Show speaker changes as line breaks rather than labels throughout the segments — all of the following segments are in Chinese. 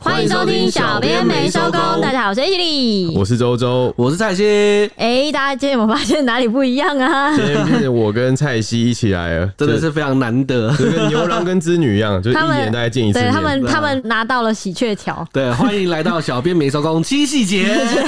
欢迎收听小编没收工
大家好，我是 H 丽。
我是周周，
我是蔡西，
哎，大家今天有没有发现哪里不一样啊？
今天变成我跟蔡西一起来了，
真的是非常难得。
就跟牛郎跟织女一样，就是一
他们
年大概见一次
对
面。
他们，他们拿到了喜鹊桥。
对，欢迎来到小编没收工七夕节，
不知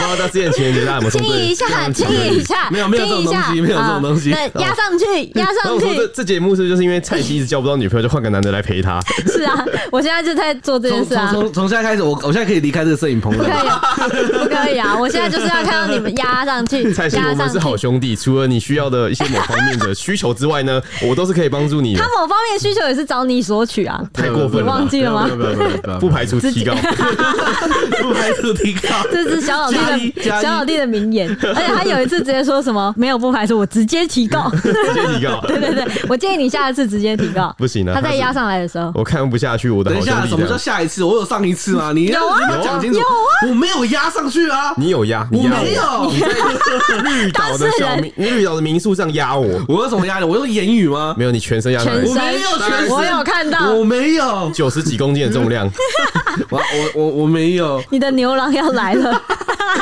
道到之前情人节大家有没有
听
送对
一下，听一下，
没有没有这种
听一下
东西没有这种
啊
东西
那压 上去，压
然后
上
我说这
去。
这节目是不是就是因为蔡西一直交不到女朋友，就换个男的来陪 她？
是啊，我现在就在做这件
从
事
从
啊。
从从现在开始，我我现在可以离开这个摄影棚
不可
了。
以啊，不可以啊！我现在就是要看到你们压上 去，
蔡西，
压
我们
上
是
去。
好兄弟，除了你需要的一些某方面的需求之外 呢，我都是可以帮助你的
他。某方面需求也是找你索取 啊，
太过分了吧
你忘记了吗
不要不要不要不要不
不
要
排除提高，
不排除提高。
这是小老弟
加一
的
加一
小老弟的名言，而且他有一次直接说什么没有不排除，我直接提告。
直接提高，
对对对，我建议你下一次直接提告。
不行啊
他
他
在
是
压上来的时候，
我看不下去我的
等
好
一
兄
下，
弟
什么
这
叫
样。
下一次？我有上一次吗？你
有啊
你要讲清楚
有啊，
我没有压上去啊，
你有压，
我
哦你压
没 有，
绿岛的小民，你绿岛的民宿上压我，
我有什么压力？我用言语吗？
没有你全身压上来
全
我
身，
没有全身
我有看到
我没有，
九十几公斤的 重量，
我我我我没有。
你的牛郎要来 了，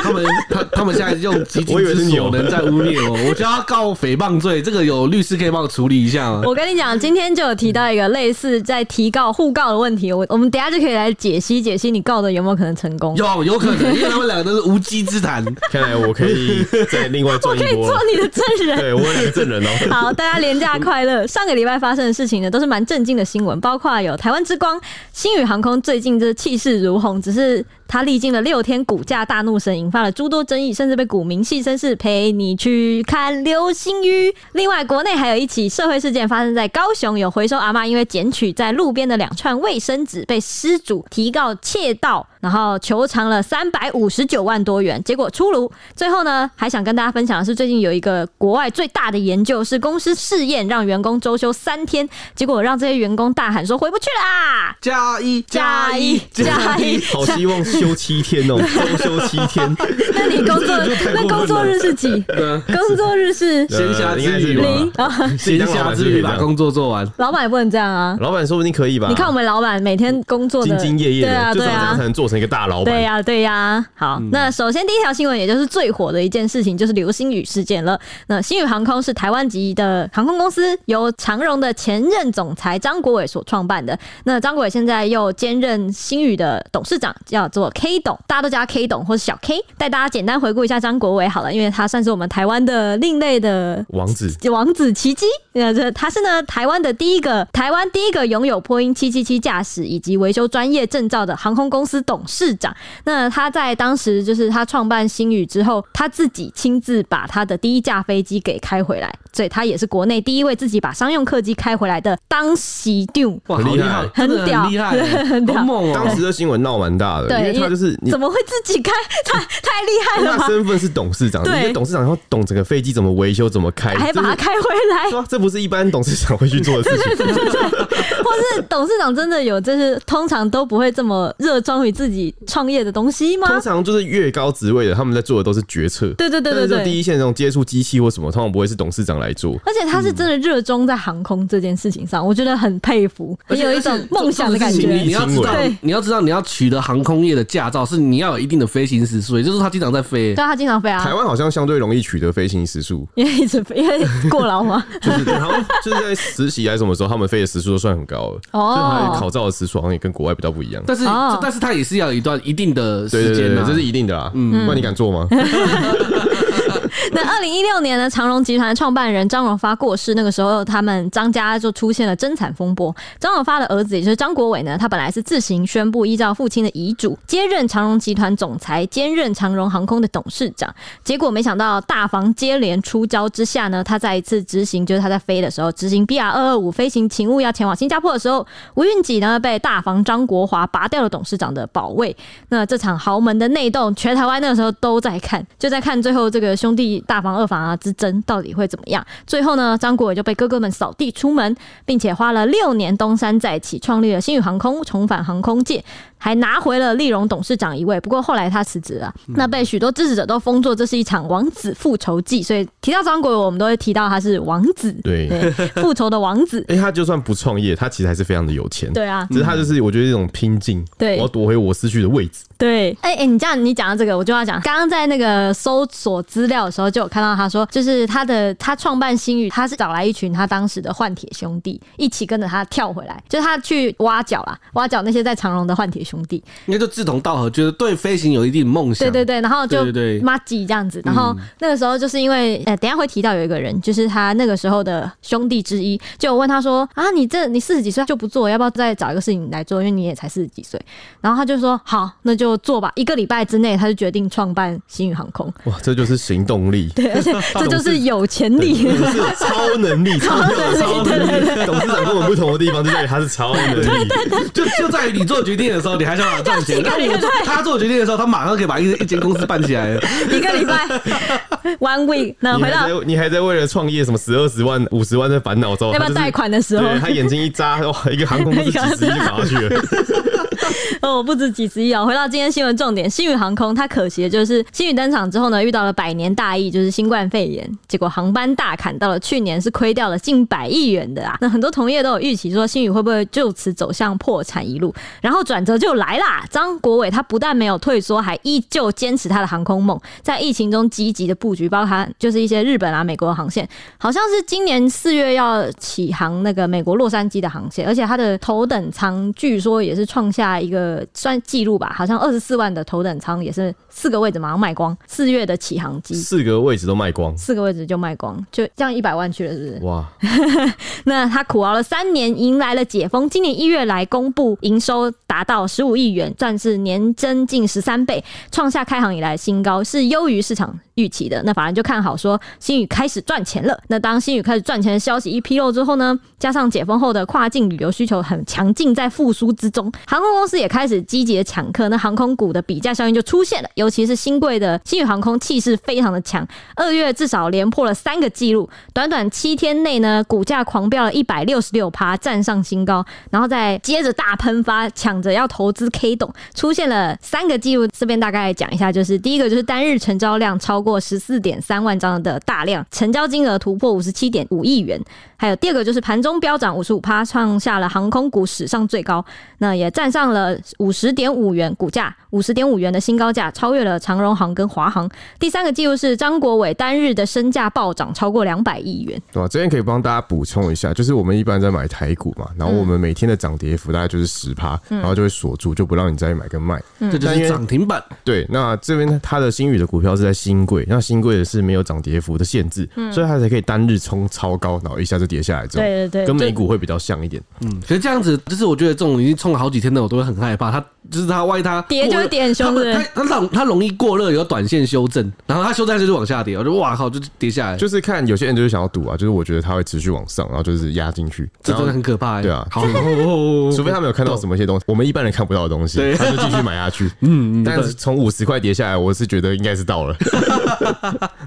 他们他他们现在用极
我
尽
以为是
之所
牛
能在污蔑我，我就要告诽谤罪。这个有律师可以帮我处理一下吗？
我跟你讲，今天就有提到一个类似在提告互告的问题，我我们等一下就可以来解析解析你告的有没有可能成功。
有有可能，因为他们两个都是无稽之谈。
看来我可以再另外
我
赚
可
一
以
波
做
了。
你的证人。
对我有两个证人哦。
好，大家廉假快乐！上个礼拜发生的事情呢，都是蛮震惊的新闻，包括有台湾之光、星宇航空最近这气势如虹，只是它历经了六天股价大怒神，引发了诸多争议，甚至被股民戏称是“陪你去看流星雨”。另外，国内还有一起社会事件发生在高雄，有回收阿妈因为捡取在路边的两串卫生纸被失主提告窃盗，然后求偿了三百五十九万多元，结果出炉。最后呢，还想跟大家分享的是，最近有一个国外最大的研究是公司试验让员工周休三天，结果让这些员工大喊说回不去啦！
加一
加一 加一，
好希望休七天 哦，周休七天，
那你工作 那工作日是 几？
嗯
工作日是
闲暇
呃
之余
应该是吧
零 啊！
闲暇之余把工作做完。
老板也不能这样啊！
老板说不定可以吧？
你看我们老板每天工作的
兢兢业业
对啊
的，就
对
这样
啊
才。能做成一个大老
对啊
板。嗯
呀、对呀、好，那首先第一条新闻，也就是最火的一件事情，就是流星雨事件了。那星宇航空是台湾籍的航空公司，由长荣的前任总裁张国伟所创办的。那张国伟现在又兼任星宇的董事长，叫做 K 董，大家都叫他 K 董或是小 K。带大家简单回顾一下张国伟好了，因为他算是我们台湾的另类的
王子
王子奇迹，呃，这他是呢台湾的第一个台湾第一个拥有波音777驾驶以及维修专业证照的航空公司董事长。那他在当时就是他创办星宇之后，他自己亲自把他的第一架飞机给开回来，所以他也是国内第一位自己把商用客机开回来的当席定。
哇，
很
好
厉害
害，
很
真的
屌
很厉害欸，
很屌
好猛
当
哦！
时的新闻闹蛮大的，因
啊对，
为他就是你
怎。么会自己开？太太 厉害了
他
吧！
身份是董事长，
对
你的董事长要懂整个飞机怎么维修、怎么开，
还把它
这是
开回来，
对啊这不是一般董事长会去做的事情。
或是董事长真的有，就是通常都不会这么热衷于自己创业的东西吗？
通常就是越高职位的，他们在做的都是决策。
对对对
但
对
是
对，
就第一线那种接触机器或什么，通常不会是董事长来做。
而且他是真的热衷在航空这件事情上，我觉得很佩服，
嗯
而
很
且
有一种梦想的感
这种事
觉。
情你要知道
对，
你要知道，你要取得航空业的驾照，是你要有一定的飞行时速，也就是他经常在飞
对。啊他经常飞
台
啊，
湾好像相对容易取得飞行时速，
因为一直飞，因为过劳 嘛。
就是好像就是在实习还是什么时候，他们飞的时速都算很高了。所以好像
哦，
考照的时速好像也跟国外比较不一样。
但是
哦，
但是他也是要有一段一定的
对
时
对
间
对
的
对，，这是一定的啦。嗯，那你敢做吗？
那二零一六年呢，长荣集团的创办人张荣发过世，那个时候他们张家就出现了争产风波。张荣发的儿子也就是张国伟呢，他本来是自行宣布依照父亲的遗嘱接任长荣集团总裁，兼任长荣航空的董事长。结果没想到大房接连出招之下呢，他在一次执行，就是他在飞的时候执行 BR 二二五飞行勤务要前往新加坡的时候，吴运己呢被大房张国华拔掉了董事长的宝位。那这场豪门的内斗，全台湾那个时候都在看，就在看最后这个兄弟大房、二房啊之争到底会怎么样。最后呢，张国伟就被哥哥们扫地出门，并且花了六年东山再起，创立了星宇航空，重返航空界，还拿回了利荣董事长一位。不过后来他辞职了，那被许多支持者都封作这是一场王子复仇记。所以提到张国伟，我们都会提到他是王子，
对
对，复仇的王子。
哎、他就算不创业，他其实还是非常的有钱。
对啊，
只是他
嗯
就是我觉得一种拼劲，
对
我要夺回我失去的位置。
对，哎、哎，你这样你讲到这个，我就要讲，刚刚在那个搜索资料的时候，就有看到他说，就是他的他创办新宇，他是找来一群他当时的换铁兄弟，一起跟着他跳回来，就是他去挖角啦，挖角那些在长荣的换铁兄弟，
应该就志同道合，觉得对飞行有一定梦想。
对对对，然后就
对对对
马吉这样子，然
嗯
后那个时候就是因为，呃，等一下会提到有一个人，就是他那个时候的兄弟之一，就我问他说啊，你这你四十几岁就不做，要不要再找一个事情来做？因为你也才四十几岁。然后他就说好，那就做吧。一个礼拜之内，他就决定创办星宇航空，
哇，这就是行动力，
对，而且这就是有潜力。
这是超能力，超
超能力对
力。董事长跟我们不同的地方就在于他是超能力，
就就在于你做决定的时候，你还想把它赚钱，
就
然后
是一个
我
人
做他做决定的时候，他马上可以把一一间公司办起来了。
一个 礼拜，one week。那
你
回
还
到
在你还在为了创业什么十二十万、五十万在烦恼之后，
要不
他
要
就是
贷款的时候，
对他眼睛一眨，哇，一个航空公司几十亿 就搞下去了。
哦，不止几十亿哦。回到今天新闻重点，星宇航空它可惜的就是星宇登场之后呢，遇到了百年大疫，就是新冠肺炎，结果航班大砍，到了去年是亏掉了近百亿元的啊。那很多同业都有预期说星宇会不会就此走向破产一路，然后转折就来啦。张国伟他不但没有退缩，还依旧坚持他的航空梦，在疫情中积极的布局，包含就是一些日本啊、美国的航线，好像是今年四月要起航那个美国洛杉矶的航线，而且它的头等舱据说也是创下一个算记录吧，好像二十四万的头等舱也是四个位置马上卖光，四月的起航机。
四个位置都卖光，
四个位置就卖光，就这样一百万去了，是不是？
哇！
那他苦熬了三年，迎来了解封。今年一月来公布营收达到十五亿元，算是年增近十三倍，创下开航以来新高，是优于市场预期的。那法人就看好说新宇开始赚钱了。那当新宇开始赚钱的消息一披露之后呢，加上解封后的跨境旅游需求很强劲，在复苏之中，航空公司也开始积极的抢客，那航空股的比价效应就出现了，尤其是新贵的新宇航空气势非常的强，二月至少连破了三个纪录，短短七天内呢，股价狂飙了一百六十六趴，站上新高，然后再接着大喷发，抢着要投资 K 董，出现了三个纪录。这边大概讲一下，就是第一个就是单日成交量超过十四点三万张的大量，成交金额突破五十七点五亿元。还有第二个就是盘中飙涨五十五趴，创下了航空股史上最高，那也站上了五十点五元股价，五十点五元的新高价，超越了长荣航跟华航。第三个记录是张国伟单日的身价暴涨超过两百亿元，
对吧、这边可以帮大家补充一下，就是我们一般在买台股嘛，然后我们每天的涨跌幅大概就是十趴，
嗯
然后就会锁住，就不让你再买跟卖。
这就是涨停板，
对，那这边它的新宇的股票是在新贵，那新贵的是没有涨跌幅的限制，所以它才可以单日冲超高，然后一下就跌下来之后，
对对对
跟美股会比较像一点。
嗯，可是这样子，就是我觉得这种已经冲了好几天的，我都会很害怕。他就是他，万一他
跌就会
过热
跌很凶
他
对不
他他容他容易过热，有短线修正，然后他修正就是往下跌，我就哇靠，就跌下来，就
就是看有些人就是想要赌啊，就是我觉得它会持续往上，然后就是压进去，
这真的
然后
很可怕、欸。
对啊
好，哦
除非他们有看到什么一些东西，我们一般人看不到的东西，他就继续买下去。 嗯，但是从五十块跌下来，我是觉得应该是到 了。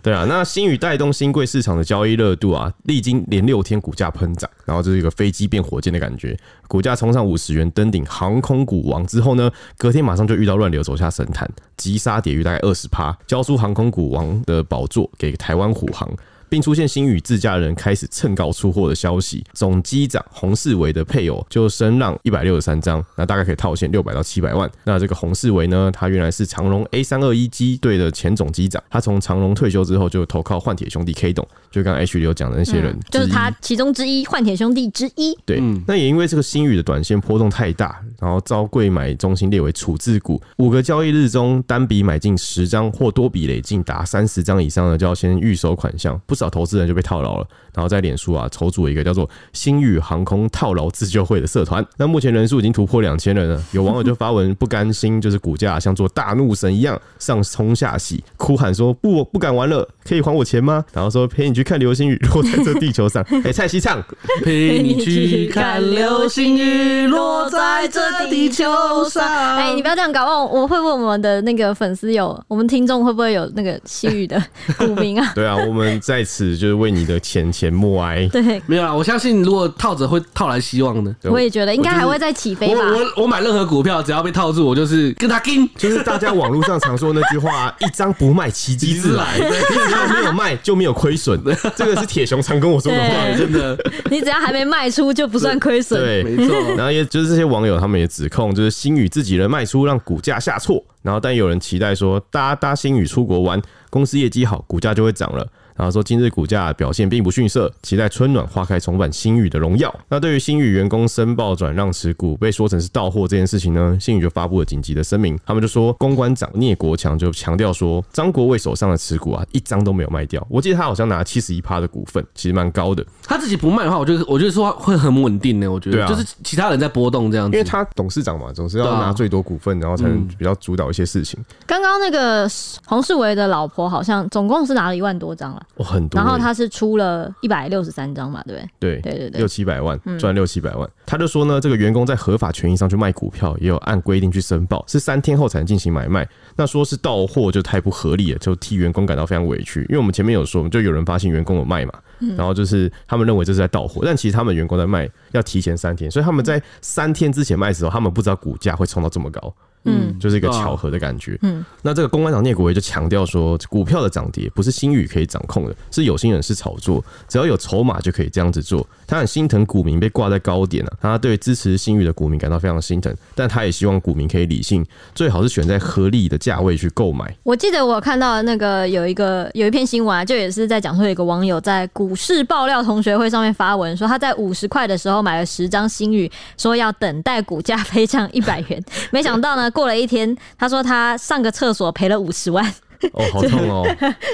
对啊，那新宇带动新贵市场的交易热度啊，历经连六天股价喷涨，然后这是一个飞机变火箭的感觉，股价冲上五十元登顶航空股王之后呢，隔天马上就遇到乱流走下神坛，急杀跌逾大概二十趴，交出航空股王的宝座给台湾虎航。并出现新宇自驾人开始趁高出货的消息。总机长洪世维的配偶就声让一百六十三张，那大概可以套现六百到七百万。那这个洪世维呢，他原来是长荣 A 三二一机队的前总机长，他从长荣退休之后就投靠换铁兄弟 K 董，就刚刚 H 流讲的那些人、
嗯就是
之一
他其中之一，换铁兄弟之一。
对，那也因为这个新宇的短线波动太大，然后遭贵买中心列为处置股，五个交易日中单笔买进十张或多笔累进达三十张以上的，就要先预收款项，不少投资人就被套牢了，然后在脸书啊筹组一个叫做“星宇航空套牢自救会”的社团，那目前人数已经突破两千人了。有网友就发文不甘心，就是股价像做大怒神一样上冲下洗，哭喊说：“不，不敢玩了，可以还我钱吗？”然后说陪你去看流星雨落在这地球上。哎、蔡西唱，
陪你去看流星雨落在这地球上。
哎、你不要这样搞，忘我会问我们的那个粉丝有，我们听众会不会有那个西语的股民 啊？
对啊，我们在此就是为你的钱钱默哀。
对，
没有啦，我相信如果套着会套来希望的。
对
我也觉得应该还会再起
我
飞吧。
我我买任何股票，只要被套住，我就是跟他 跟。
就是大家网络上常说那句话、一张不卖，奇迹自 来。
奇迹
你只要没有卖，就没有亏 损。这个是铁熊常跟我说的话。
对
真的，
你只要还没卖出，就不算亏损。
对，
没错。
然后也就是这些网友他们也指控，就是星宇自己人卖出，让股价下挫。然后但有人期待说，搭搭星宇出国玩，公司业绩好，股价就会涨了。然后说今日股价表现并不逊色，期待春暖花开重返星宇的荣耀。那对于星宇员工申报转让持股被说成是到货这件事情呢，星宇就发布了紧急的声明，他们就说公关长聂国强就强调说，张国伟手上的持股啊一张都没有卖掉，我记得他好像拿七十一趴的股份，其实蛮高的。
他自己不卖的话，我觉得我觉得说会很稳定的，我觉
对
得
啊
就是其他人在波动这样子。
因为他董事长嘛，总是要
对啊
拿最多股份，然后才能比较主导一些事情。
刚刚那个洪世维的老婆好像总共是拿了一万多张了，
哇，很多
然
耶。
后他是出了一百六十三张嘛，对不对？
对
对对对
六七百万赚六七百万，他就说呢，这个员工在合法权益上去卖股票，也有按规定去申报，是三天后才能进行买卖。那说是到货就太不合理了，就替员工感到非常委屈。因为我们前面有说，我们就有人发现员工有卖嘛，然后就是他们认为这是在到货，但其实他们员工在卖要提前三天，所以他们在三天之前卖的时候，他们不知道股价会冲到这么高。
嗯，
就是一个巧合的感觉。嗯，那这个公关长聂国维就强调说，股票的涨跌不是心语可以掌控的，是有心人是炒作，只要有筹码就可以这样子做。他很心疼股民被挂在高点啊，他对支持新宇的股民感到非常心疼，但他也希望股民可以理性，最好是选在合理的价位去购买。
我记得我看到那个有一个有一篇新闻、啊，就也是在讲说有一个网友在股市爆料同学会上面发文说，他在五十块的时候买了十张新宇，说要等待股价飞涨一百 元。没想到呢，过了一天，他说他上个厕所赔了五十 万，
哦，好痛哦！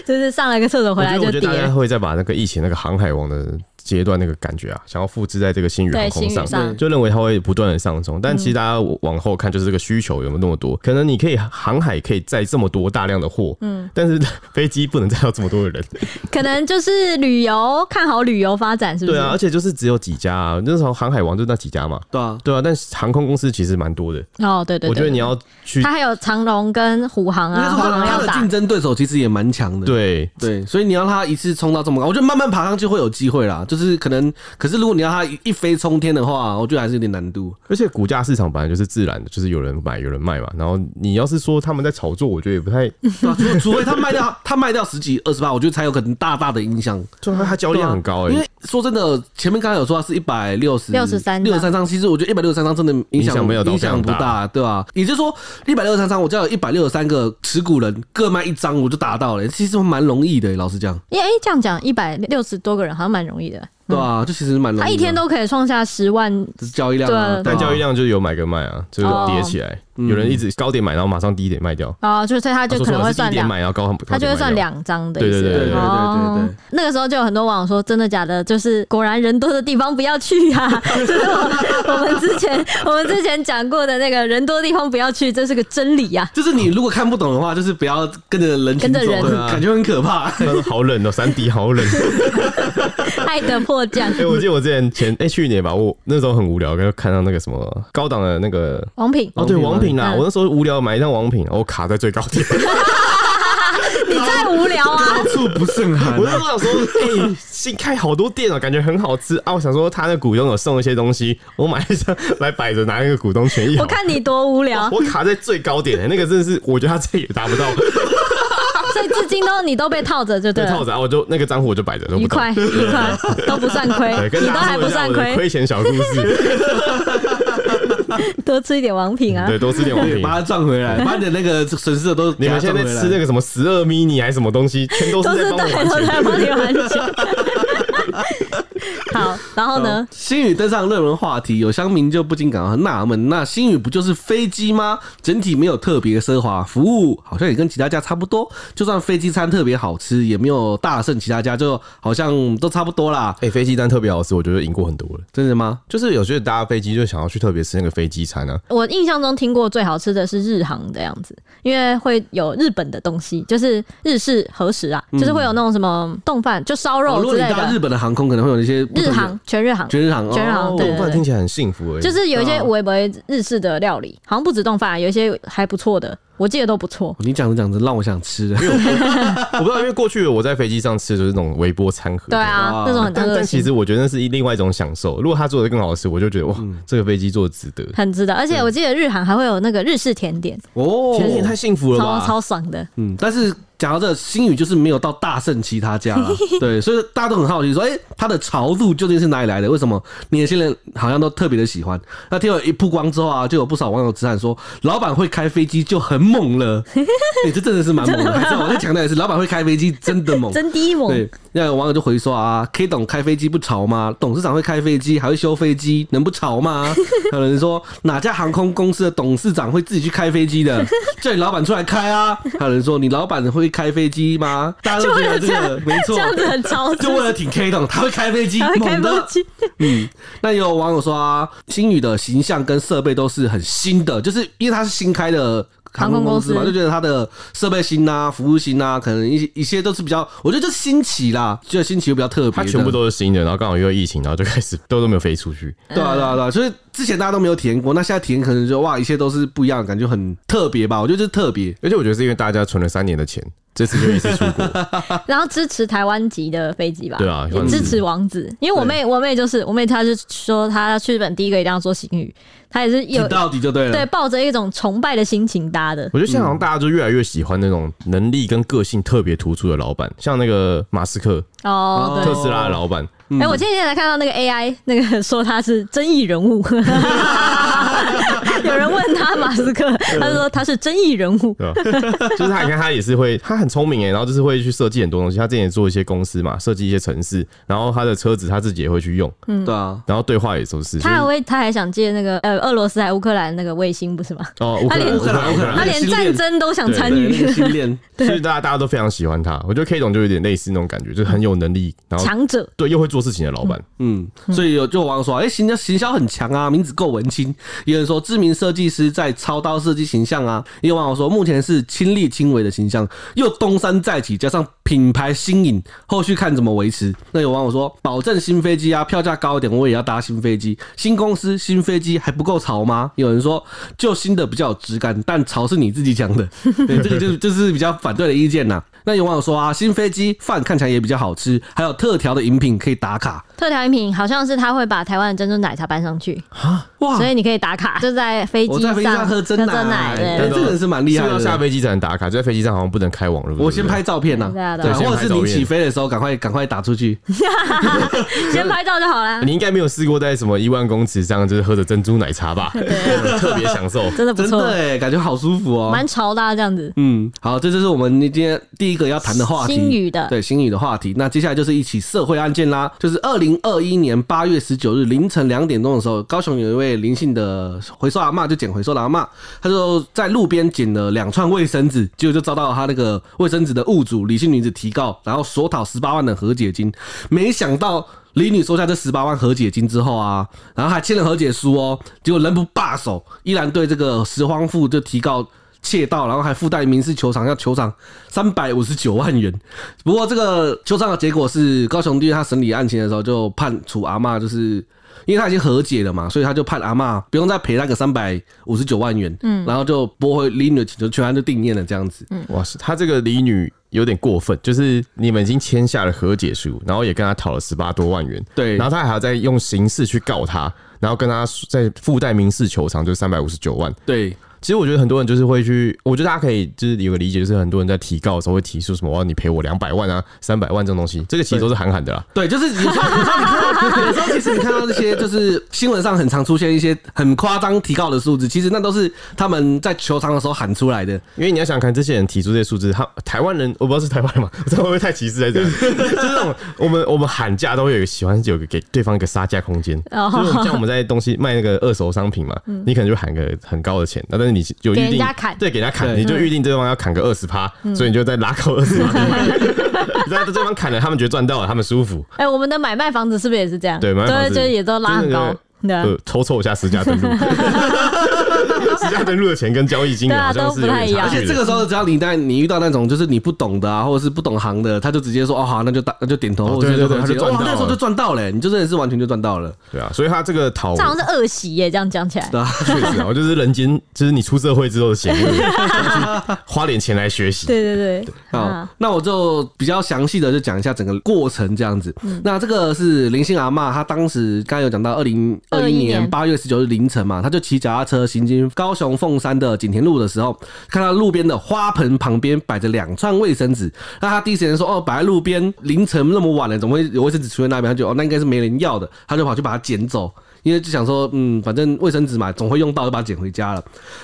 就是上了一个厕所回
我觉
来
得，我
就
觉得
跌
大家
了。
会再把那个疫情那个航海王的阶段那个感觉啊，想要复制在这个新宇航
对，新
空
宇
上。
上嗯
就认为它会不断的上冲，但其实大家往后看，就是这个需求有没有那么多？可能你可以航海可以载这么多大量的货，嗯，但是飞机不能载到这么多的人，
可能就是旅游，看好旅游发 展，是不是？
对啊，而且就是只有几家啊，那时候航海王就那几家嘛，
对啊，
对啊，但是航空公司其实蛮多的，
哦，对对对，
我觉得你要去
他还有长荣跟虎航
应该
啊，
说
虎
他
航
他
要
的
打
竞。争对手其实也蛮强的。
对。
对，所以你要他一次冲到这么高，我觉得慢慢爬上去会有机会啦。就是可能，可是如果你要他一一飞冲天的话，我觉得还是有点难度。
而且股价市场本来就是自然的，就是有人买有人卖嘛。然后你要是说他们在炒作，我觉得也 不太，
对啊除除非他卖掉，他卖掉十几二十八，我觉得才有可能大大的影响。
就它交易量很高哎、
因为说真的，前面刚才有说它是一百六十
63
六十三张，其实我觉得一百六十三张真的影
影
响
响没有到
影响不
非常大
大，对吧、也就是说，一百六十三张，我只要有一百六十三个持股人各卖一张，我就达到了、其实蛮容易的、老实讲，
因为哎，这样讲一百六十多个人好像蛮容易的，
对吧、就其实蛮容易
嗯
的。
他一天都可以创下十万
只是交易量、啊，
对
吧
但交易量就是有买跟卖啊，就是跌起来，有人一直高点买，然后马上低点卖掉，
哦，就是所以哦他就
啊
可
说错
能
了
会
是
算
低点
两，
买，然后高
他就会算
两。
两张的意思。
对对对对对
哦
对对对
那个时候就有很多网友说，真的假的？就是果然人多的地方不要去 呀、啊，就是我我们之前我们之前讲过的那个人多地方不要去，这是个真理啊呀、
就是你如果看不懂的话，就是不要跟着人
跟
群
着
走，
人
很感觉很 可怕。
好冷哦、山迪好冷。
爱的迫降
哎、。我记得我之前前哎、去年吧，我那时候很无聊，刚看到那个什么高档的那个
王品，
哦，对，王品啦，
嗯
我那时候无聊买一张王品，我卡在最高 点，
你再无聊 啊！
处不胜寒
我那时候想说，哎、新开好多店哦、感觉很好吃啊，我想说他那股东有送一些东西，我买一张来摆着拿那个股东权益好
我
了。
看你多无聊，
我卡在最高点、那个真的是，我觉得他再也达不到，
所以至今都你都被套着就对
对
了
套。着，啊我就那个账户我就摆着，都
愉
不动。
快愉快都不算亏
对，，跟
你
大
都
家
还
说
不
一下
算
我的
亏，
亏钱小故 事，
多吃一点王品啊！
对，多吃点王
对
品，
把它赚回来，把你的那个损失的都
你们现在吃那
个
个什么十二 mini 还是什么东西，全都
都
是
是
在帮我
对，
还
都
钱。
在帮你还钱。 好，然后呢？
新宇登上热门话题，有乡民就不禁感到很纳闷：那新宇不就是飞机吗？整体没有特别奢华，服务好像也跟其他家差不多。就算飞机餐特别好吃，也没有大胜其他家，就好像都差不多啦。
哎、飞机餐特别好吃，我觉得赢过很多了。
真的吗？
就是有些搭飞机就想要去特别吃那个飞机餐啊，
我印象中听过最好吃的是日航的样子，因为会有日本的东西，就是日式和食啊，就是会有那种什么冻饭，就烧
哦
肉
如果
之
你
类
搭
的。
日本的航空，可能会有一些不
日
同的
航、全日航，
全日航、
全日航
哦
对
不然听起来很幸福而已。
就是有一些
哦
微微日式的料理，好像不止冻饭，啊有一些还不错的，我记得都不错。
你讲着讲着让我想吃了，
我不知道，因为过去我在飞机上吃的就是那种微波餐盒。
对啊
哇，
那种很
但
恶
但其
心，
实我觉得那是另外一种享受。如果他做的更好吃，我就觉得哇，这个飞机做的值得。
很值得。而且我记得日航还会有那个日式甜点，
哦，
天，你也太幸福了
超
吧！
超爽的。
嗯，但是讲到这，新宇就是没有到大胜其他家 啦，对，所以大家都很好奇说，哎、它的潮度究竟是哪里来的？为什么年轻人好像都特别的喜欢？那天有一曝光之后啊，就有不少网友直喊说，老板会开飞机就很猛 了，哎、这真的是蛮猛的。还是我再强调一次，老板会开飞机真的猛，
真第一猛，
哦对，那有网友就回说啊，K 董开飞机不潮吗？董事长会开飞机，还会修飞机，能不潮 吗？还有人说哪家航空公司的董事长会自己去开飞机的？叫你老板出来开啊！还有人说你老板会开飞机吗？大家都觉得这个没
这
错，
样子很超值
就，为了挺 K 董，他会开飞机，
还会开
猛
飞
的。
机。
嗯，那也有网友说啊，新宇的形象跟设备都是很新的，就是因为它是新开的。航空公司嘛，
航空公司
就觉得它的设备新啊，服务新啊，可能一些一些都是比较，我觉得就新奇啦，觉得新奇又比较特别。
他全部都是新的，然后刚好又有疫情，然后就开始都都没有飞出去。
对啊，对啊，对啊，所以之前大家都没有体验过，那现在体验可能就哇，一切都是不一样，感觉很特别吧？我觉得就是特别。
而且我觉得是因为大家存了三年的钱，这次就一次出 国。
然后支持台湾籍的飞机吧，
对啊
也支持王子，因为我妹我妹就是我妹，她是说她去日本第一个一定要说新语，她也是有
听到底就对了。
对抱着一种崇拜的心情搭的，
我觉得现在好像大家就越来越喜欢那种能力跟个性特别突出的老板，像那个马斯克、
哦，
特斯拉的老
嗯
板，
对，哎，我前几天才看到那个 AI 那个 说他是争议人 物，有人问他马斯克，他说他是争议人物，
对吧？ 就是他，你看他也是会，他很聪明哎，然后就是会去设计很多东西。他之前也做一些公司嘛，设计一些城市，然后他的车子他自己也会去用，
对
嗯
啊，
然后对话也都是。
他还
就是
会他还想借那个呃俄罗斯还乌克兰那个卫星不是吗？
哦，乌克兰，
他连
乌克兰，乌克
啊
兰
他连战争都想参
对那
与
个，新恋，
所以大家大家都非常喜欢他。我觉得 K 总就有点类似那种感觉，就是很有能力，然后
强者。
对又会做事情的老板。
嗯，所以有就有网友说，哎、行销行销很强啊，名字够文青。有人说知名设计师在操刀设计形象啊，也有网友说目前是亲力亲为的形象，又东山再起，加上品牌新颖，后续看怎么维持。那有网友说，保证新飞机啊，票价高一点，我也要搭新飞机。新公司新飞机还不够潮吗？有人说，就新的比较有质感，但潮是你自己讲的， 对，这个就是就是比较反对的意见呐、那有网友说啊，新飞机饭看起来也比较好吃，还有特调的饮品可以打卡。
特调饮品好像是他会把台湾的珍珠奶茶搬上去，
哇
所以你可以打 卡，就在飞
我
机
在飞机上喝真
真
奶，哎
对。
这个人是蛮厉害
是不
的。
是要下飞机才能打卡，就在飞机上好像不能开网络。
我先拍照片呐、
对啊对
对，
啊
或者
先拍
是
照
你
片
起飞的时候，赶快赶快打出去。
先拍照就好啦
你。应该没有试过在什么一万公尺上就是喝着珍珠奶茶吧？特别享受。
真的 不
真
错
的，哎，感觉好舒服哦。
蛮潮的啊这样子。
嗯，好，这就是我们今天第一个要谈的话题，
新语的
对新语的话题。那接下来就是一起社会案件啦，就是二零二一年八月十九日凌晨两点钟的时候，高雄有一位林姓的回收阿嬷，就捡回收的阿嬷，她就在路边捡了两串卫生纸，结果就遭到她那个卫生纸的物主李姓女子提告，然后索讨十八万的和解金，没想到。李女收下这十八万和解金之后啊，然后还签了和解书哦，结果人不罢手，依然对这个拾荒妇就提告窃盗，然后还附带民事求偿，要求偿三百五十九万元。不过这个求偿的结果是，高雄地院他审理案情的时候就判处阿嬷就是。因为他已经和解了嘛，所以他就判阿嬷不用再赔那个三百五十九万元，嗯，然后就驳回李女的请求，全案就定谳了这样子。
哇，他这个李女有点过分，就是你们已经签下了和解书，然后也跟他讨了十八多万元，
对
然后他还要再用刑事去告他，然后跟他再附带民事求偿，就是三百五十九万。
对，
其实我觉得很多人就是会去，我觉得大家可以就是有个理解，就是很多人在提告的时候会提出什么，我要你赔我两百万啊、三百万这种东西，这个其实都是喊喊的啦。
对，就是有时候有时候你看到，有时候其实你看到那些就是新闻上很常出现一些很夸张提告的数字，其实那都是他们在球场的时候喊出来的。
因为你要想看这些人提出这些数字，他台湾人 我不知道是台湾人嘛，这会不会太歧视在 这样？就是那种我们我们喊价都会有一个喜欢有个给对方一个杀价空间，
哦嗯
就是我们像我们在东西卖那个二手商品嘛，你可能就喊个很高的钱，那但是你有
给
预
人
定
家砍嗯
对，给人家砍，
对
你就预定对方要砍个二十趴，所以你就再拉高二十趴， 然后对方砍了，他们觉得赚到了，他们舒服，
哎、我们的买卖房子是不是也是这样？
对，蛮好
对，就是也都拉很高，对啊。
呃，抽凑一下实价 登录，实价登录的钱跟交易金额
对啊
好像是有
都不太
点
一样
差
而且
距
哎这
的。
个时候，只要你在你遇到那种就是你不懂的啊，或者是不懂行的，他就直接说哦好，那就打那就点头，
哦
或者是
对对对
或者是
他就赚
哇
到了
那时候就赚到了、你就真的是完全就赚到了。
对啊，所以他这个讨
这好像是恶习耶，这样讲起来。
对啊，
确 实啊，就是人间，就是你出社会之后的险恶，去花点钱来学习。
对对对，
好，，那我就比较详细的就讲一下整个过程这样子。那这个是林姓阿嬷，她当时刚刚有讲到二零二一
21
年
年
八月十九日凌晨嘛，她就骑脚踏车行经高雄凤山的景田路的时候，看到路边的花盆旁边摆着两串卫生纸，那她第一时间说哦，摆在路边凌晨那么晚了，怎么会有卫生纸出现那边？她就哦，那应该是没人要的，她就跑去把它捡走。因为就想说，嗯，反正卫生纸嘛，总会用到，就把它捡回家了。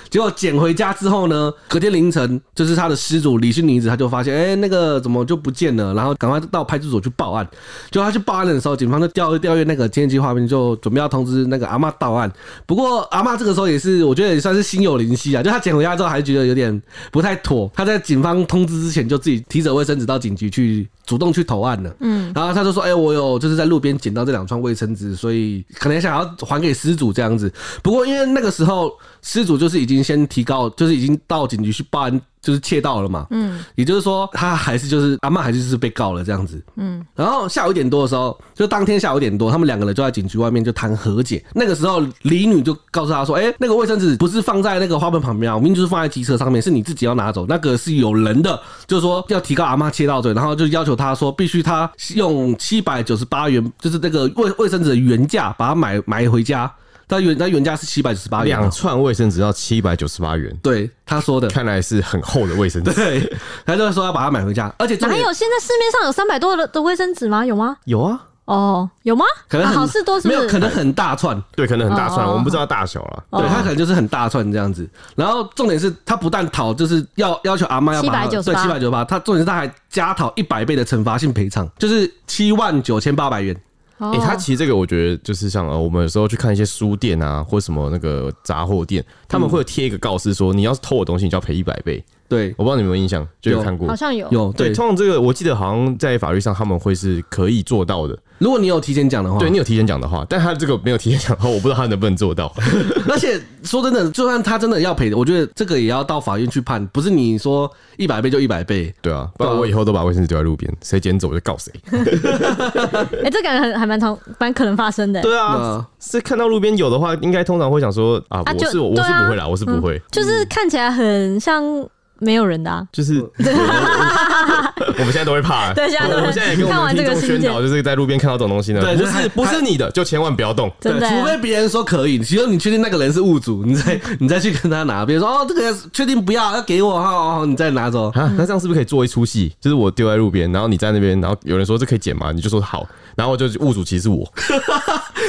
结果捡回家之后呢，隔天凌晨，就是他的失主李姓女子，他就发现，哎、那个怎么就不见了？然后赶快到派出所去报案。就他去报案的时候，警方就调调阅那个监视器画面，就准备要通知那个阿嬷到案。不过阿嬷这个时候也是，我觉得也算是心有灵犀啊，就她捡回家之后还觉得有点不太妥，她在警方通知之前就自己提着卫生纸到警局去主动去投案了。嗯，然后她就说，哎、我有就是在路边捡到这两串卫生纸，所以可能想要还给失主这样子。不过因为那个时候失主就是已经先提告，就是已经到警局去报案。就是窃盗了嘛，嗯，也就是说，他还是就是阿嬷还是就是被告了这样子，然后下午一点多的时候，就当天下午一点多，他们两个人就在警局外面就谈和解。那个时候，李女就告诉他说：“哎、那个卫生纸不是放在那个花盆旁边啊，我明明就是放在机车上面，是你自己要拿走，那个是有人的，就是说要提高阿妈切到罪，然后就要求他说必须他用七百九十八元，就是那个卫卫生纸的原价把它买买回家。”他原他原价是七百九十八元啊，
两串卫生纸要七百九十八元，
对他说的，
看来是很厚的卫生纸。
对，他就说要把它买回家，而且重
哪
点
有？现在市面上有三百多的的卫生纸吗？有吗？
有啊，
哦，有吗？
可能
啊
很
好事多是不
没
是？
有可能很大串，
对，可能很大串，
哦哦哦
我们不知道大小啦。
哦
对他可能就是很大串这样子，然后重点是他不但讨，就是要要求阿妈要把他对
798
七百九十八，他重点是他还加讨一百倍的惩罚性赔偿，就是七万九千八百元。
哦
诶，它其实这个我觉得就是像呃，我们有时候去看一些书店啊，或什么那个杂货店，他们会贴一个告示说，你要是偷我东西，你就要赔一百倍。
对，
我不知道你们有没有印象，就有
有
看过
好。像有，
有对
对，，通常这个我记得好像在法律上他们会是可以做到的，
如果你有提前讲的话，
对你有提前讲的话，但他这个没有提前讲的话，我不知道他能不能做到。 啊
而且说真的，就算他真的要赔的，我觉得这个也要到法院去判，不是你说一百倍就一百倍。
对啊，不然
对啊
我以后都把卫生纸丢在路边，谁捡走我就告谁。
哎、这感觉很还蛮常蛮可能发生的、
对
那
啊，是看到路边有的话，应该通常会想说啊，
啊
我
就是
我我
对
是
啊
不会啦，我是不会，
就是看起来很像没有人的、啊。
就是
啊
我们现在都会怕。
对现在都会
我们现在也跟
看
我
完
们
这
听
个
众
事件
宣导，就是在路边看到这种东西呢
对，
不
就是还
是不是你的就千万不要动。
真的、
除非别人说可以，其实你确定那个人是物主，你再你再去跟他拿。别人说哦，这个确定不要，要给我，好好好，你再拿走。
啊，那这样是不是可以做一出戏？就是我丢在路边，然后你在那边，然后有人说这可以捡吗？你就说好，然后我就物主其实是我，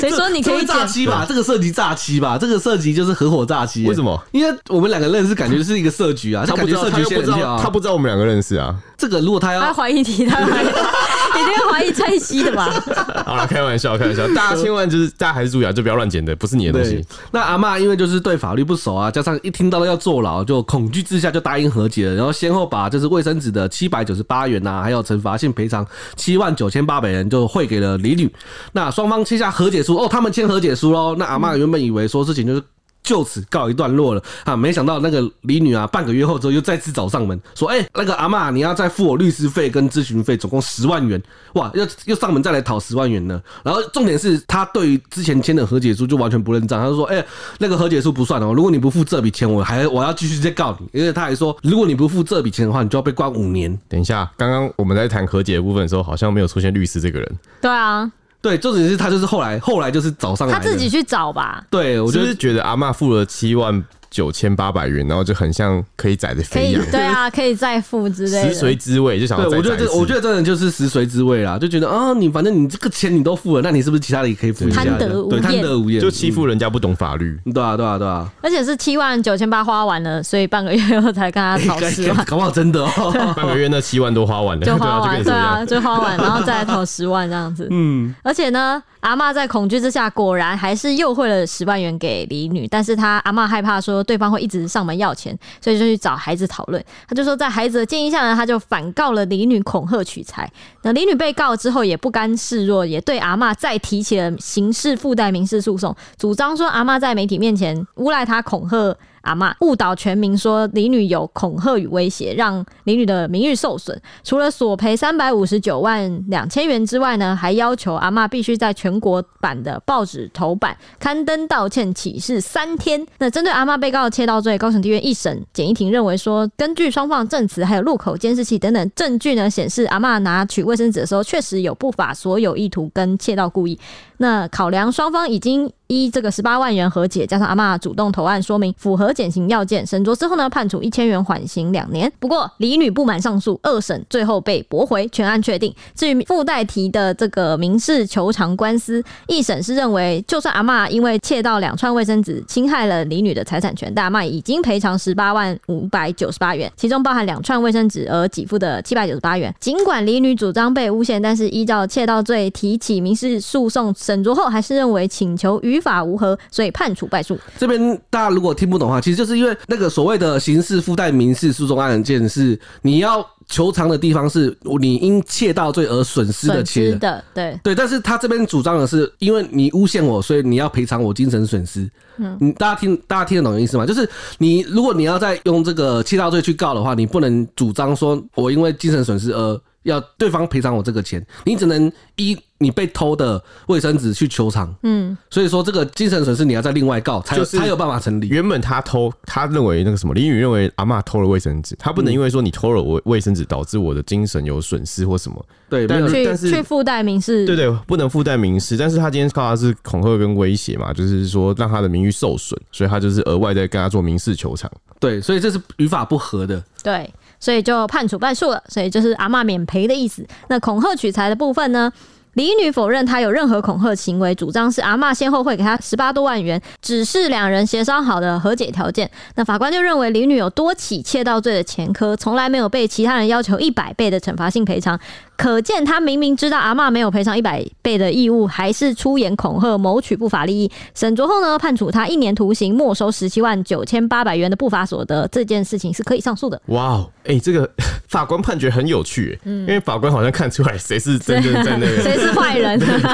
谁哎说你可
这
以
会
捡
诈？欺吧？这个涉及诈欺吧？这个涉及就是合伙诈欺。
为什么？
因为我们两个认识，感觉是一个设局啊，
他
感
不知
觉
道，
设
他
局
又
仙
不知
人跳
道，他
啊。
不知道我们两个认识啊。
这个如果他
他
要
怀疑你，他 怀疑，一定会怀疑蔡西的吧？
好了，开玩笑，开玩笑，大家千万就是大家还是注意啊，就不要乱捡的，不是你的东西
对。，那阿嬷因为就是对法律不熟啊，加上一听到要坐牢，就恐惧之下就答应和解了，然后先后把就是卫生纸的七百九十八元啊呐、还有惩罚性赔偿七万九千八百元就汇给了李女。那双方签下和解书，哦，他们签和解书喽。那阿嬷原本以为说事情就是。就此告一段落了啊！没想到那个李女啊，半个月后之后又再次找上门，说：“哎、那个阿嬷，你要再付我律师费跟咨询费，总共十万元。”哇，又又上门再来讨十万元呢。然后重点是他对于之前签的和解书就完全不认账，他就说：“哎、那个和解书不算哦，如果你不付这笔钱，我还我要继续再告你。”因为他还说，如果你不付这笔钱的话，你就要被关五年。
等一下，刚刚我们在谈和解的部分的时候，好像没有出现律师这个人，
对啊，
对，重点是他就是后来后来就是找上来
他
的
自己去找吧。
对，我
我
觉
就
得
是觉得阿嬷付了七万九千八百元，然后就很像可以宰的
可
肥
以
羊，
对啊，可以再付之类
食髓
的。
知味，就想
对，
要再
我觉
宰
得
一次。
这，我觉得真的就是食髓知味啦，就觉得啊、你反正你这个钱你都付了，那你是不是其他的也可以付一下？
贪得无
对，
厌
贪得无厌，
就欺负人家不懂法律。
嗯。对啊，对啊，对啊，
而且是七万九千八花完了，所以半个月后才跟 他啊讨十万，
哎搞不好真的哦。
半个月那七万都花完了，
就
对
花
啊，就跟
完，
你说
对
一样。
啊，就花完，然后再来投十万这样子。
嗯，
而且呢，阿嬷在恐惧之下，果然还是又汇了十万元给李女。但是她阿嬷害怕说对方会一直上门要钱，所以就去找孩子讨论。她就说，在孩子的建议下呢，她就反告了李女恐吓取财。那李女被告之后也不甘示弱，也对阿嬷再提起了刑事附带民事诉讼，主张说阿嬷在媒体面前诬赖她恐吓。阿嬷误导全民说李女有恐吓与威胁，让李女的名誉受损。除了索赔三百五十九万两千元之外呢，还要求阿嬷必须在全国版的报纸头版刊登道歉启事三天。那针对阿嬷被告的窃盗罪，高雄地院一审简一庭认为说，根据双方证词还有路口监视器等等证据呢，显示阿嬷拿取卫生纸的时候确实有不法所有意图跟窃盗故意，那考量双方已经依这个十八万元和解，加上阿嬷主动投案说明符合减刑要件，审酌之后呢，判处一千元缓刑两年。不过李女不满上诉，二审最后被驳回，全案确定。至于附带提的这个民事求偿官司，一审是认为，就算阿嬷因为窃盗两串卫生纸侵害了李女的财产权，但阿嬷已经赔偿十八万五百九十八元，其中包含两串卫生纸而给付的七百九十八元。尽管李女主张被诬陷，但是依照窃盗罪提起民事诉讼，审酌后还是认为请求于法无合，所以判处败诉。
这边大家如果听不懂的话，其实就是因为那个所谓的刑事附带民事诉讼案件是你要求偿的地方是你因窃盗罪而损失的
损失
钱。
的，对，
对，但是他这边主张的是，因为你诬陷我，所以你要赔偿我精神损失。嗯，你大家听，大家听得懂的意思吗？就是你如果你要再用这个窃盗罪去告的话，你不能主张说我因为精神损失而要对方赔偿我这个钱，你只能依你被偷的卫生纸去求偿。
嗯，
所以说这个精神损失你要再另外告，才有、
就是
才有办法成立。
原本他偷，他认为那个什么李宇认为阿嬷偷了卫生纸，他不能因为说你偷了我卫生纸导致我的精神有损失或什么，
对，没
呃但
有
是
去去附带民事，
对对，不能附带民事。但是他今天告他是恐吓跟威胁嘛，就是说让他的名誉受损，所以他就是额外在跟他做民事求偿。
对，所以这是语法不合的。
对，所以就判处败诉了，所以就是阿嬷免赔的意思。那恐吓取财的部分呢？李女否认她有任何恐吓行为，主张是阿嬷先后会给她十八多万元，只是两人协商好的和解条件。那法官就认为李女有多起窃盗罪的前科，从来没有被其他人要求一百倍的惩罚性赔偿，可见她明明知道阿嬷没有赔偿一百倍的义务，还是出言恐吓谋取不法利益。审酌后呢，判处她一年徒刑，没收十七万九千八百元的不法所得。这件事情是可以上诉的。
哇哦，哎，这个 法官判决很有趣、欸，因为法官好像看出来谁是真正在 那个。
谁是坏 人？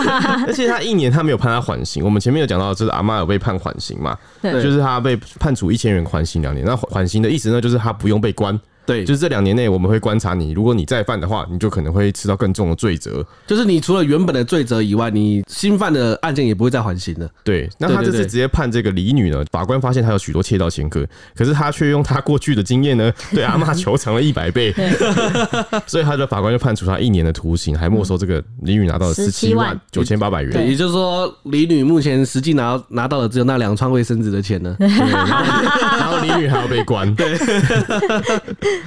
而且他一年他没有判他缓刑，我们前面有讲到，就是阿嬷有被判缓刑嘛，
对
就是他被判处一千元缓刑两年。那缓刑的意思呢，就是他不用被关，
对，
就
就是
这两年内我们会观察你，如果你再犯的话，你就可能会吃到更重的罪责。
就是你除了原本的罪责以外，你新犯的案件也不会再缓刑了。
对，那他
对对
这次
对
直接判这个李女呢，法官发现她有许多窃盗前科，可是她却用她过去的经验呢，对阿嬷求偿了一百倍， 所以他的法官就判处她一年的徒刑，还没收这个李女拿到的十七万九千八百元。
对
也就是说，李女目前实际拿拿到的只有那两串卫生纸的 钱呢。
对然后然后李女还要被关。对，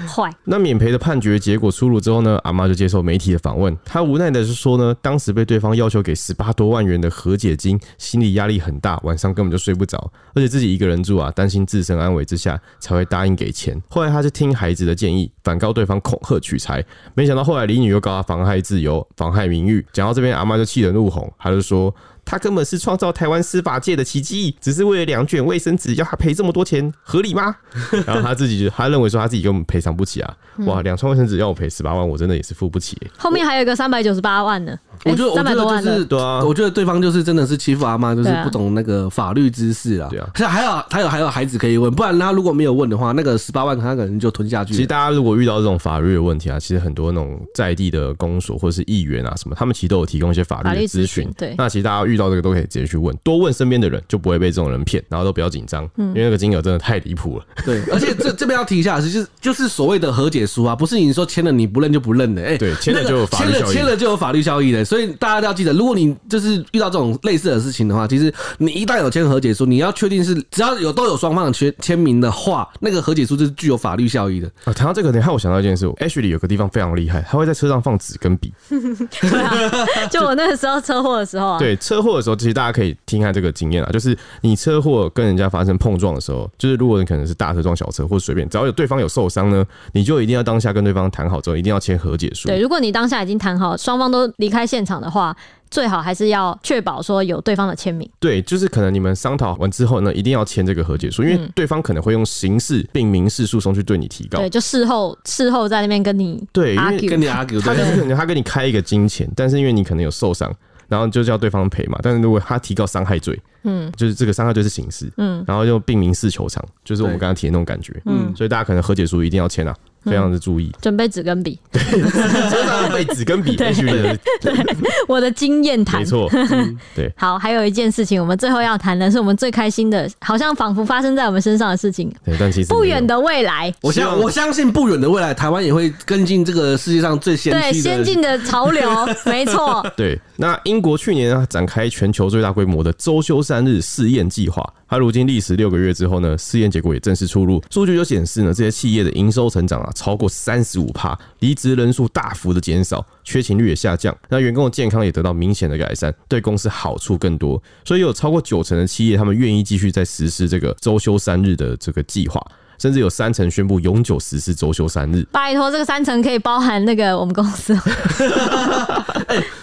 坏，
那免赔的判决结果出炉之后呢，阿妈就接受媒体的访问，她无奈的是说呢，当时被对方要求给十八多万元的和解金，心理压力很大，晚上根本就睡不着，而且自己一个人住啊，担心自身安危之下才会答应给钱。后来她就听孩子的建议，反告对方恐吓取财，没想到后来李女又告她妨害自由、妨害名誉。讲到这边，阿妈就气得怒吼，她就说。她根本是创造台湾司法界的奇迹，只是为了两卷卫生纸要她赔这么多钱，合理吗？然后他自己就他认为说他自己根本赔偿不起啊，
嗯
哇，两双卫生纸要我赔十八万，我真的也是付不起、欸。
后面还有一个三百九十八万呢，哎
我觉得，我
三
觉
百
得
多万
就是，
呢。
对啊
我觉得对方就是真的是欺负阿妈，就是
对啊
不懂那个法律知识啊。
对啊
是还有还有还有孩子可以问，不然他如果没有问的话，那个十八万他可能就吞下去
其
了。
实大家如果遇到这种法律的问题啊，其实很多那种在地的公所或者是议员啊什么，他们其实都有提供一些法
法
律
律
的
咨
咨
询
询。
对
那其实大家遇到这个都可以直接去问，多问身边的人，就不会被这种人骗，然后都不要紧张，
嗯
因为那个金额真的太离谱了。
对， 而且这这边要提一下的是，就是就是所谓的和解书啊，不是你说签了你不认就不认的，哎、
对签了就有法律
那个
效益
签了签了就有法律效益的，所以大家要记得，如果你就是遇到这种类似的事情的话，其实你一旦有签和解书，你要确定是只要有都有双方的签签名的话，那个和解书就是具有法律效益的。
啊，谈到这个，你害我想到一件事，Ashley 有个地方非常厉害，他会在车上放纸跟笔。
对啊，就我那个时候车祸的时候啊，
对，车祸的时候，其实大家可以听一下这个经验啊，就是你车祸跟人家发生碰撞的时候，就是如果你可能是大车撞小车或随便，只要有对方有受伤呢，你就一定要当下跟对方谈好之后，一定要签和解书。
对，如果你当下已经谈好，双方都离开现场的话，最好还是要确保说有对方的签名。
对，就是可能你们商讨完之后呢，一定要签这个和解书，因为对方可能会用刑事并民事诉讼去对你提告。
对，就事后事后在那边跟你
对，因为
argue，
跟你 argue
他
对
就是可能他跟你开一个金钱，但是因为你可能有受伤，然后就叫对方赔嘛。但是如果他提告伤害罪，嗯，就是这个伤害罪是刑事，嗯，然后就并民事求偿，就是我们
对
刚刚提的那种感觉，嗯，所以大家可能和解书一定要签啊，非常的注意，
准备纸跟笔，
车上备纸啊跟 笔，也许你的
我的经验谈
没。错，对，
好，还有一件事情，我们最后要谈的是我们最开心的，好像仿佛发生在我们身上的事情。
对，但其实
不远
的
的未来，
我相我相信不远的未来，台湾也会跟进这个世界上最先
对
驱的
先进的潮 流，没错，
对。那英国去年啊展开全球最大规模的周休三日试验计划，它如今历时六个月之后呢，试验结果也正式出炉。数据就显示呢，这些企业的营收成长啊超过三十五帕，离职人数大幅的减少，缺勤率也下降，那员工的健康也得到明显的改善，对公司好处更多。所以有超过九成的企业他们愿意继续在实施这个周休三日的这个计划。甚至有三成宣布永久实施周休三日，
拜托，这个三层可以包含那个我们公司，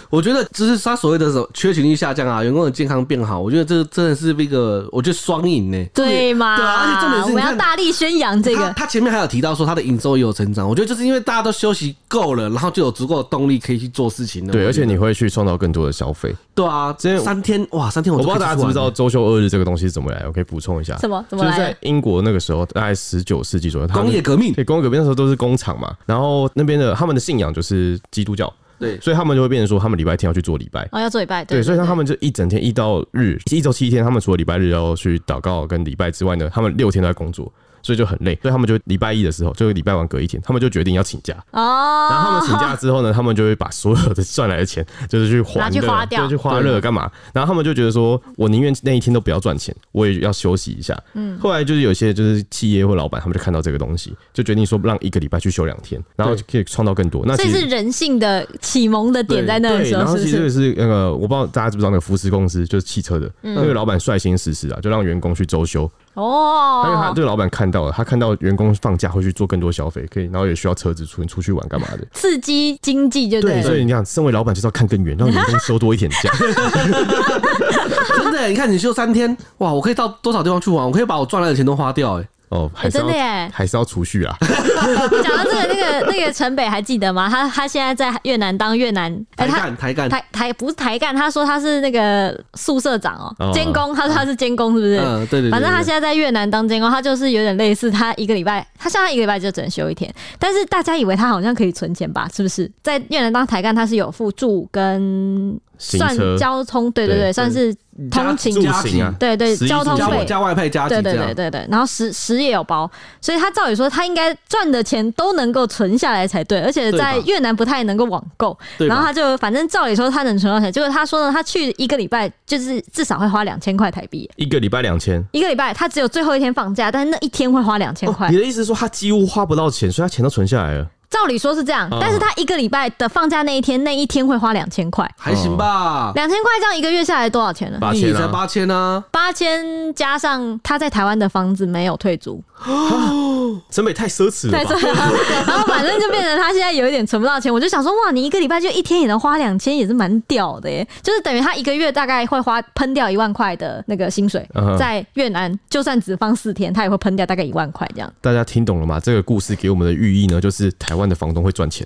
我觉得就是他所谓的什么缺勤率下降啊，员工的健康变好，我觉得这真的是一个，我觉得双赢呢。
对吗？
对啊，而且重点是
我
你
们要
看
大力宣扬这
他
个。
他前面还有提到说他的营收也有成长，我觉得就是因为大家都休息够了，然后就有足够的动力可以去做事情了。
对，
我
而且
觉得
你会去创造更多的消费。
对啊，
之前我
三天哇，三天
我
我
不知道大家知不知道
就可以出完了，
周休二日这个东西是怎么来的，我可以补充一下。
什么怎么
就是
来的
在英国那个时候，大概十九世纪左右，他们
工业革命
对工业革命那时候都是工厂嘛，然后那边的他们的信仰就是基督教，
对
所以他们就会变成说，他们礼拜天要去做礼拜。
哦，要做礼拜，
对，所以他们就一整天一到日，一周七天，他们除了礼拜日要去祷告跟礼拜之外呢，他们六天都在工作，所以就很累。所以他们就礼拜一的时候，就是礼拜完隔一天，他们就决定要请假。
哦，
然后他们请假之后呢，他们就会把所有的赚来的钱，就是去还
拿去
的
花掉
就去花乐干嘛？然后他们就觉得说，我宁愿那一天都不要赚钱，我也要休息一下。嗯，后来就是有些就是企业或老板，他们就看到这个东西，就决定说让一个礼拜去休两天，然后就可以创造更多。那
嗯所
其
以
实
是人性的启蒙的点在那的
对，
时
然
候，
后
是
其
不
实这
是
个？是那个，我不知道大家知不知道那个福斯公司就是汽车的，
嗯
那个老板率先实施啊，就让员工去周休，因为他
哦
这，个老板看到了，他看到员工放假会去做更多消费，可以，然后也需要车子出出去玩干嘛的，
刺激经济就
对，
对
所
了。
以你想，身为老板就是要看更远，让员工收多一点假。
真的，你看你休三天，哇，我可以到多少地方去玩？我可以把我赚来的钱都花掉，哎，
哦，还是要、
真的耶
还是要储蓄啊。
讲到这个，那个那个陈北还记得吗？他他现在在越南当越南，哎
抬
他
干抬干，
台台不是台干，他说他是那个宿舍长哦，
哦
监工，他说他是监工，是不是？
嗯，对对对，
反正他
对
现在在越南当监工，他就是有点类似，他一个礼拜，他像他一个礼拜就只能休一天，但是大家以为他好像可以存钱吧？是不是？在越南当台干，他是有付住跟
行
算
车
交通，对对对，
对
算是通勤
住行啊，
对对
食衣
交通
住
加
行
费
外加外派加急
对
这
对
样
对，对对，然后食食也有包，所以他照理说他应该赚的钱都能够存下来才对，而且
对吧
在越南不太能够网购，
对吧
然后他就反正照理说他能存到钱，结果他说呢，他去一个礼拜就是至少会花两千块台币，
一个礼拜两千。哦
一个礼拜他只有最后一天放假，但是那一天会花两千块
你，的意思是说他几乎花不到钱，所以他钱都存下来了？
照理说是这样，
哦
但是他一个礼拜的放假那一天，那一天会花两千块，
还行吧，
两千块这样一个月下来多少钱呢？
嗯哦八
你也
千
才
啊，
八千啊，
八千加上他在台湾的房子没有退租，
成本也太奢侈了
对，
吧？
对啊， 然后反正就变成他现在有一点存不到钱，我就想说，哇，你一个礼拜就一天也能花两千，也是蛮屌的耶，就是等于他一个月大概会花喷掉一万块的那个薪水
嗯哼
在越南就算只放四天，他也会喷掉大概一万块这样。
大家听懂了吗？这个故事给我们的寓意呢，就是台湾的房东会赚钱。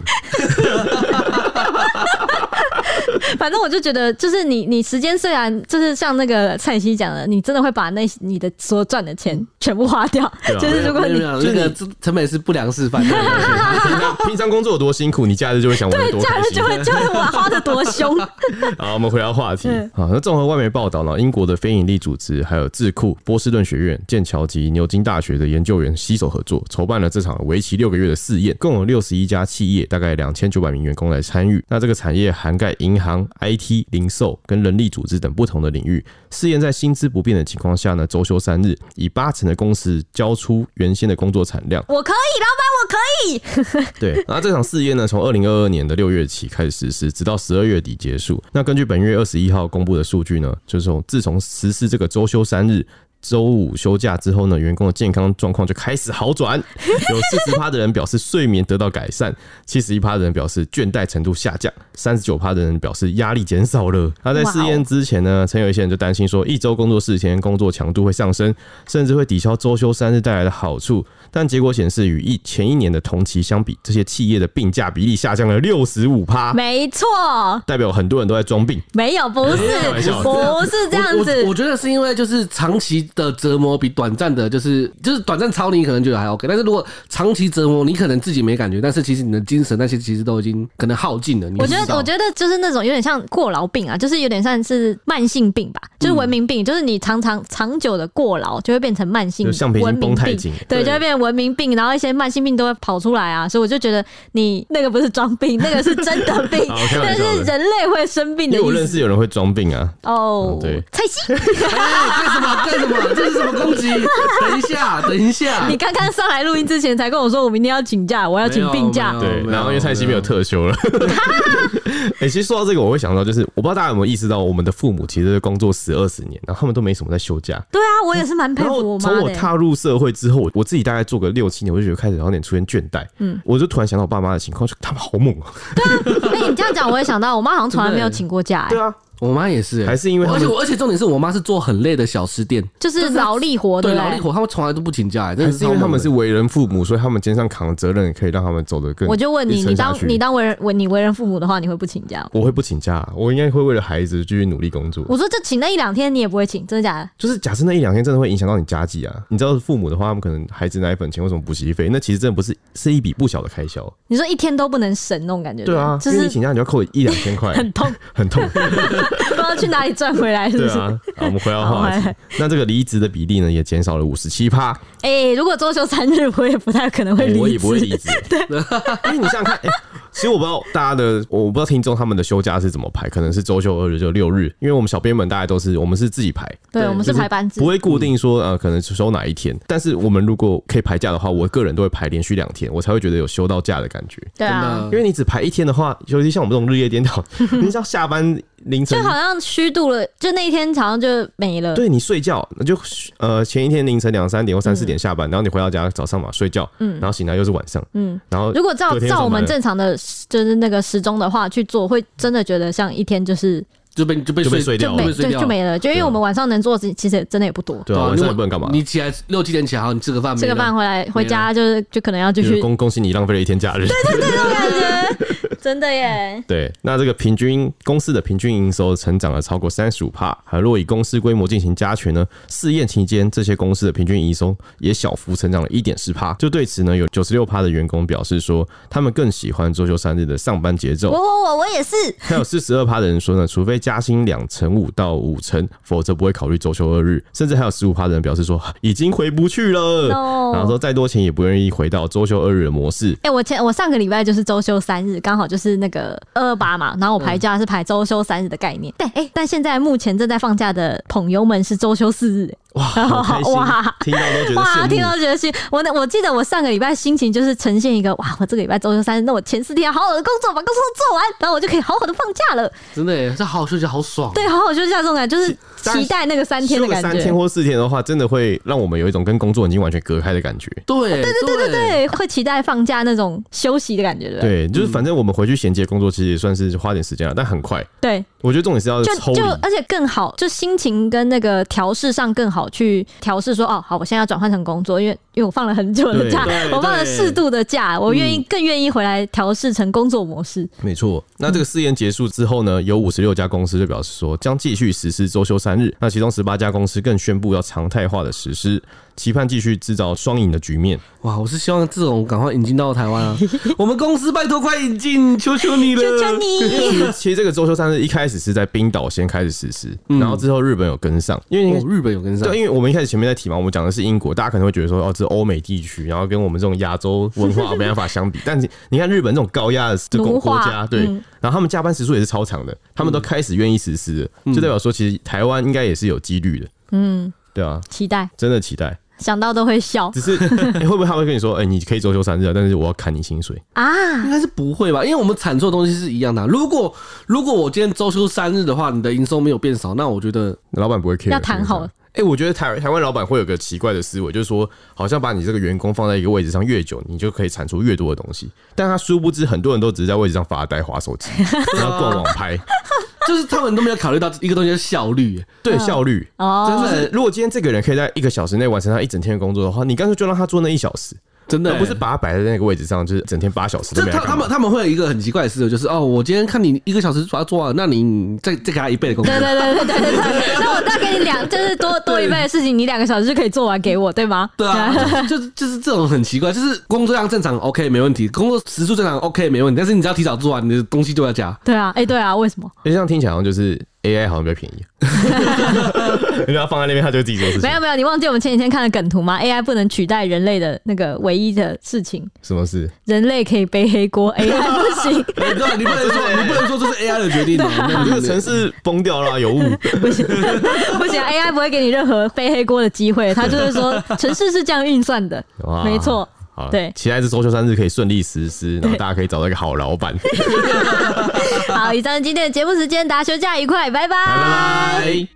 反正我就觉得，就是你你时间虽然就是像那个蔡西讲的，你真的会把那你的所赚的钱全部花掉，
对啊
就是如果
没有
你
没有那个成本是不良 示范。
平常平常工作有多辛苦，你假日就会想玩得多
这样
开
子
心
就。会就会哇花的多凶，
好，我们回到话题
嗯。
好，那综合外媒报道呢，英国的非营利组织还有智库、波士顿学院、剑桥及牛津大学的研究员携手合作，筹办了这场为期六个月的试验，共有六十一家企业，大概两千九百名员工来参与。那这个产业涵盖银行、 IT、零售跟人力组织等不同的领域，试验在薪资不变的情况下呢，周休三日，以八成的工时交出原先的工作产量。
我可以，老板，我可以。
对，那这场试验呢，从二零二二年的六月起开始实施，直到十二月底结束。那根据本月二十一号公布的数据呢，就是从自从实施这个周休三日。周五休假之后呢，员工的健康状况就开始好转，有四十趴的人表示睡眠得到改善，七十一趴的人表示倦怠程度下降，三十九趴的人表示压力减少了。那在试验之前呢，曾有一些人就担心说，一周工作四天，工作强度会上升，甚至会抵消周休三日带来的好处。但结果显示，与一前一年的同期相比，这些企业的病假比例下降了六十五趴，
没错，
代表很多人都在装病。
没有，不是
开玩，笑
不是这样
我我我
子。
觉得是因为就是长期的折磨比短暂的，就是就是短暂超你可能觉得还 OK，但是如果长期折磨，你可能自己没感觉，但是其实你的精神那些其实都已经可能耗尽了。你
我觉
不知
得，
道
我觉得就是那种有点像过劳病啊，就是有点像是慢性病吧，就是文明病，就是你常常长久的过劳就会变成慢性
就橡皮筋
文明
绷太
病
紧，
对，
对
就会变成文明病，然后一些慢性病都会跑出来啊，所以我就觉得你那个不是装病，那个是真的病
好，开玩
那
笑的
是人类会生病
因
的
为我
意
认
思。
识有人会装病啊，
哦
嗯，对
蔡西，
哎干什么干什么？这是什么攻击？等一下，等一下
你，刚刚上来录音之前才跟我说我明天要请假，我要请病假
没有。
对，然后因为蔡啊西没有特休了。 哎、其实说到这个，我会想到，就是我不知道大家有没有意识到，我们的父母其实工作十二十年，然后他们都没什么在休假。
对啊，我也是蛮佩
然
服
后
我妈
从
的
我
欸。
踏入社会之后，我我自己大概做个六七年，我就觉得开始有点出现倦怠。嗯，我就突然想到我爸妈的情况，就他们好猛啊！
哎、你这样讲，我也想到，我妈好像从来没有请过假、哎
对啊，
我妈也是、欸，
还是因为他
而
们
且我而且重点是我妈是做很累的小吃店，
啊
就是劳力活，欸
对
不
劳力活，他们从来都不请假、欸，真
还
的是
是因为
超
他
猛
们
的
是为人父母，所以他们肩上扛的责任可以让他们走得更。
我就问
一
你，
直
你
撑
当
下去
你当为人为你为人父母的话，你会不请假吗？
我会不请假、我应该会为了孩子继续努力工作。
我说这请那一两天你也不会请，真的假的？
就是假设那一两天真的会影响到你家计啊，你知道父母的话，他们可能孩子奶粉钱或什么补习费，那其实真的不是是一笔不小的开销。
你说一天都不能省那种感觉，
对啊，
就
因为
是
你请假你就要扣一两千块，
很痛，
很痛。
不知道去哪里赚回来，是不
对
是？
啊，好，我们回到
好哎回
话题
来，
那这个离职的比例呢也减少了五十七趴，
哎、如果周休三日，我也不太可能 会离职，
哎我也不会离职。对， 因为你想想看，哎，其实我不知道大家的，我不知道听众他们的休假是怎么排，可能是周休二日就六日，因为我们小编们大家都是我们是自己排，
对，我们是排班制
不，会固定
嗯
说呃，可能休哪一天。但是我们如果可以排假的话，我个人都会排连续两天，我才会觉得有休到假的感觉。
对啊，
真
因
的
为你只排一天的话，尤其像我们这种日 夜颠倒，你像下班凌晨
就，好像虚度了，就那一天好像就没了。
对你睡觉，那就呃前一天凌晨两三点或三四点下班，然后你回到家早上嘛睡觉，然后醒来又是晚上，
嗯
嗯，然后
如果照
隔天又
照我
上班
们
了
正常的，就是那个时钟的话去做，会真的觉得像一天就是
就被就被
就被睡
睡
掉
就没
被
就
睡掉
就没了，就因为我们晚上能做的事其实也真的也不多。
对啊，晚
如
上
果
也不能干嘛。
你起来六七点起来，好，你吃个饭，
吃个饭，回来回家就是就可能要继
就是
续
恭恭喜你浪费了一天假日。
感觉，真的耶。
对，那这个平均公司的平均营收成长了超过三十五帕，还若以公司规模进行加权呢，试验期间这些公司的平均营收也小幅成长了一点四帕。就对此呢，有九十六帕的员工表示说，他们更喜欢周休三日的上班节奏
我。我我我也是，
还有四十二趴的人说呢，除非加薪两成五到五成，否则不会考虑周休二日。甚至还有十五趴的人表示说，已经回不去了
No
然后说再多钱也不愿意回到周休二日的模式。
哎、我前我上个礼拜就是周休三日，刚好就是那个二二八嘛，然后我排假是排周休三日的概念。
嗯
但哎、但现在目前正在放假的朋友们是周休四日、
哇， 好开心
哇，
听到都觉得羡
哇，
慕。
听到觉得是，我那我记得我上个礼拜心情就是呈现一个哇，我这个礼拜周休三日，那我前四天好好的工作，把工作做完，然后我就可以好好的放假了。
真的、欸，这好好休息，好爽。
对，好好休假这种感觉，就是
但是
期待那个三天
休
的
个
感
三
觉
天。或四天的话，真的会让我们有一种跟工作已经完全隔开的感觉。
对对对对对
对，会期待放假那种休息的感觉，对不嗯对？
对，就是反正我们回去衔接工作，其实也算是花点时间了，啊但很快。
对，
我觉得重点是要
就
抽离
就，而且更好，就心情跟那个调试上更好去调试说，哦，好，我现在要转换成工作，因为因为我放了很久的
对
假
对，
我放了
对
适度的假，我愿意、更愿意回来调试成工作模式。
没错。那这个试验结束之后呢，有五十六家公司就表示说将继续实施周休三日，那其中十八家公司更宣布要常态化的实施，期盼继续制造双赢的局面。
哇！我是希望这种赶快引进到台湾啊！我们公司拜托快引进，求求你了！
求求！你，
其实其实这个周休三日一开始是在冰岛先开始实施，
嗯
然后之后日本有跟上，因为你
哦，日本有跟上
对，，因为我们一开始前面在提嘛，我们讲的是英国，大家可能会觉得说，哦，只是欧美地区，然后跟我们这种亚洲文化没办法相比。但是你看日本这种高压的这种
奴化
国家，对，
嗯
然后他们加班时数也是超长的，他们都开始愿意实施了，就代表说其实台湾应该也是有几率的，
嗯，
对啊，
期待，
真的期待。
想到都会笑
只是、欸会不会他会跟你说，哎、你可以周休三日啊，但是我要砍你薪水。
啊。
应该是不会吧？因为我们产出的东西是一样的啊、如果如果我今天周休三日的话，你的营收没有变少，那我觉得
老板不会 care，
要谈好
是不是。哎、我觉得台台湾老板会有个奇怪的思维，就是说，好像把你这个员工放在一个位置上越久，你就可以产出越多的东西。但他殊不知，很多人都只是在位置上发呆、划手机，然后逛网拍。
就是他们都没有考虑到一个东西叫效率、
对效率，
哦，
就是如果今天这个人可以在一个小时内完成他一整天的工作的话，你干脆就让他做那一小时，
真的、
而不是把他摆在那个位置上，就是整天八小时都
这
没在
他
干嘛
他们他们会有一个很奇怪的思维，就是哦，我今天看你一个小时把它做完，那你再再给他一倍的工资
对。对对对对对对，那我再给你两，就是多多一倍的事情，你两个小时就可以做完给我，对吗？
对啊，就是就是这种很奇怪，就是工作量正常 OK 没问题，工作时数正常 OK 没问题，但是你只要提早做完，你的东西就要加。
对啊，哎，对啊，为什么？
就像听起来好像就是 AI 好像比较便 宜， 你把它放在那边，他就会自己做事情
没。有没有，你忘记我们前几天看的梗图吗？AI 不能取代人类的那个唯一的事情，
什么事？
人类可以背黑 锅，AI 不行。
哎对啊，你不能说你不能说这是 AI 的决定哦，那
你
你
这个城市崩掉了 啊、有雾。
不行， 不行，AI 不会给你任何背黑锅的机会。他就是说，城市是这样运算的，
哇
没错。
好，
对
啊期待这周休三日可以顺利实施，然后
对
大家可以找到一个好老板。
好，以上是今天的节目时间，大家休假愉快，拜拜
拜。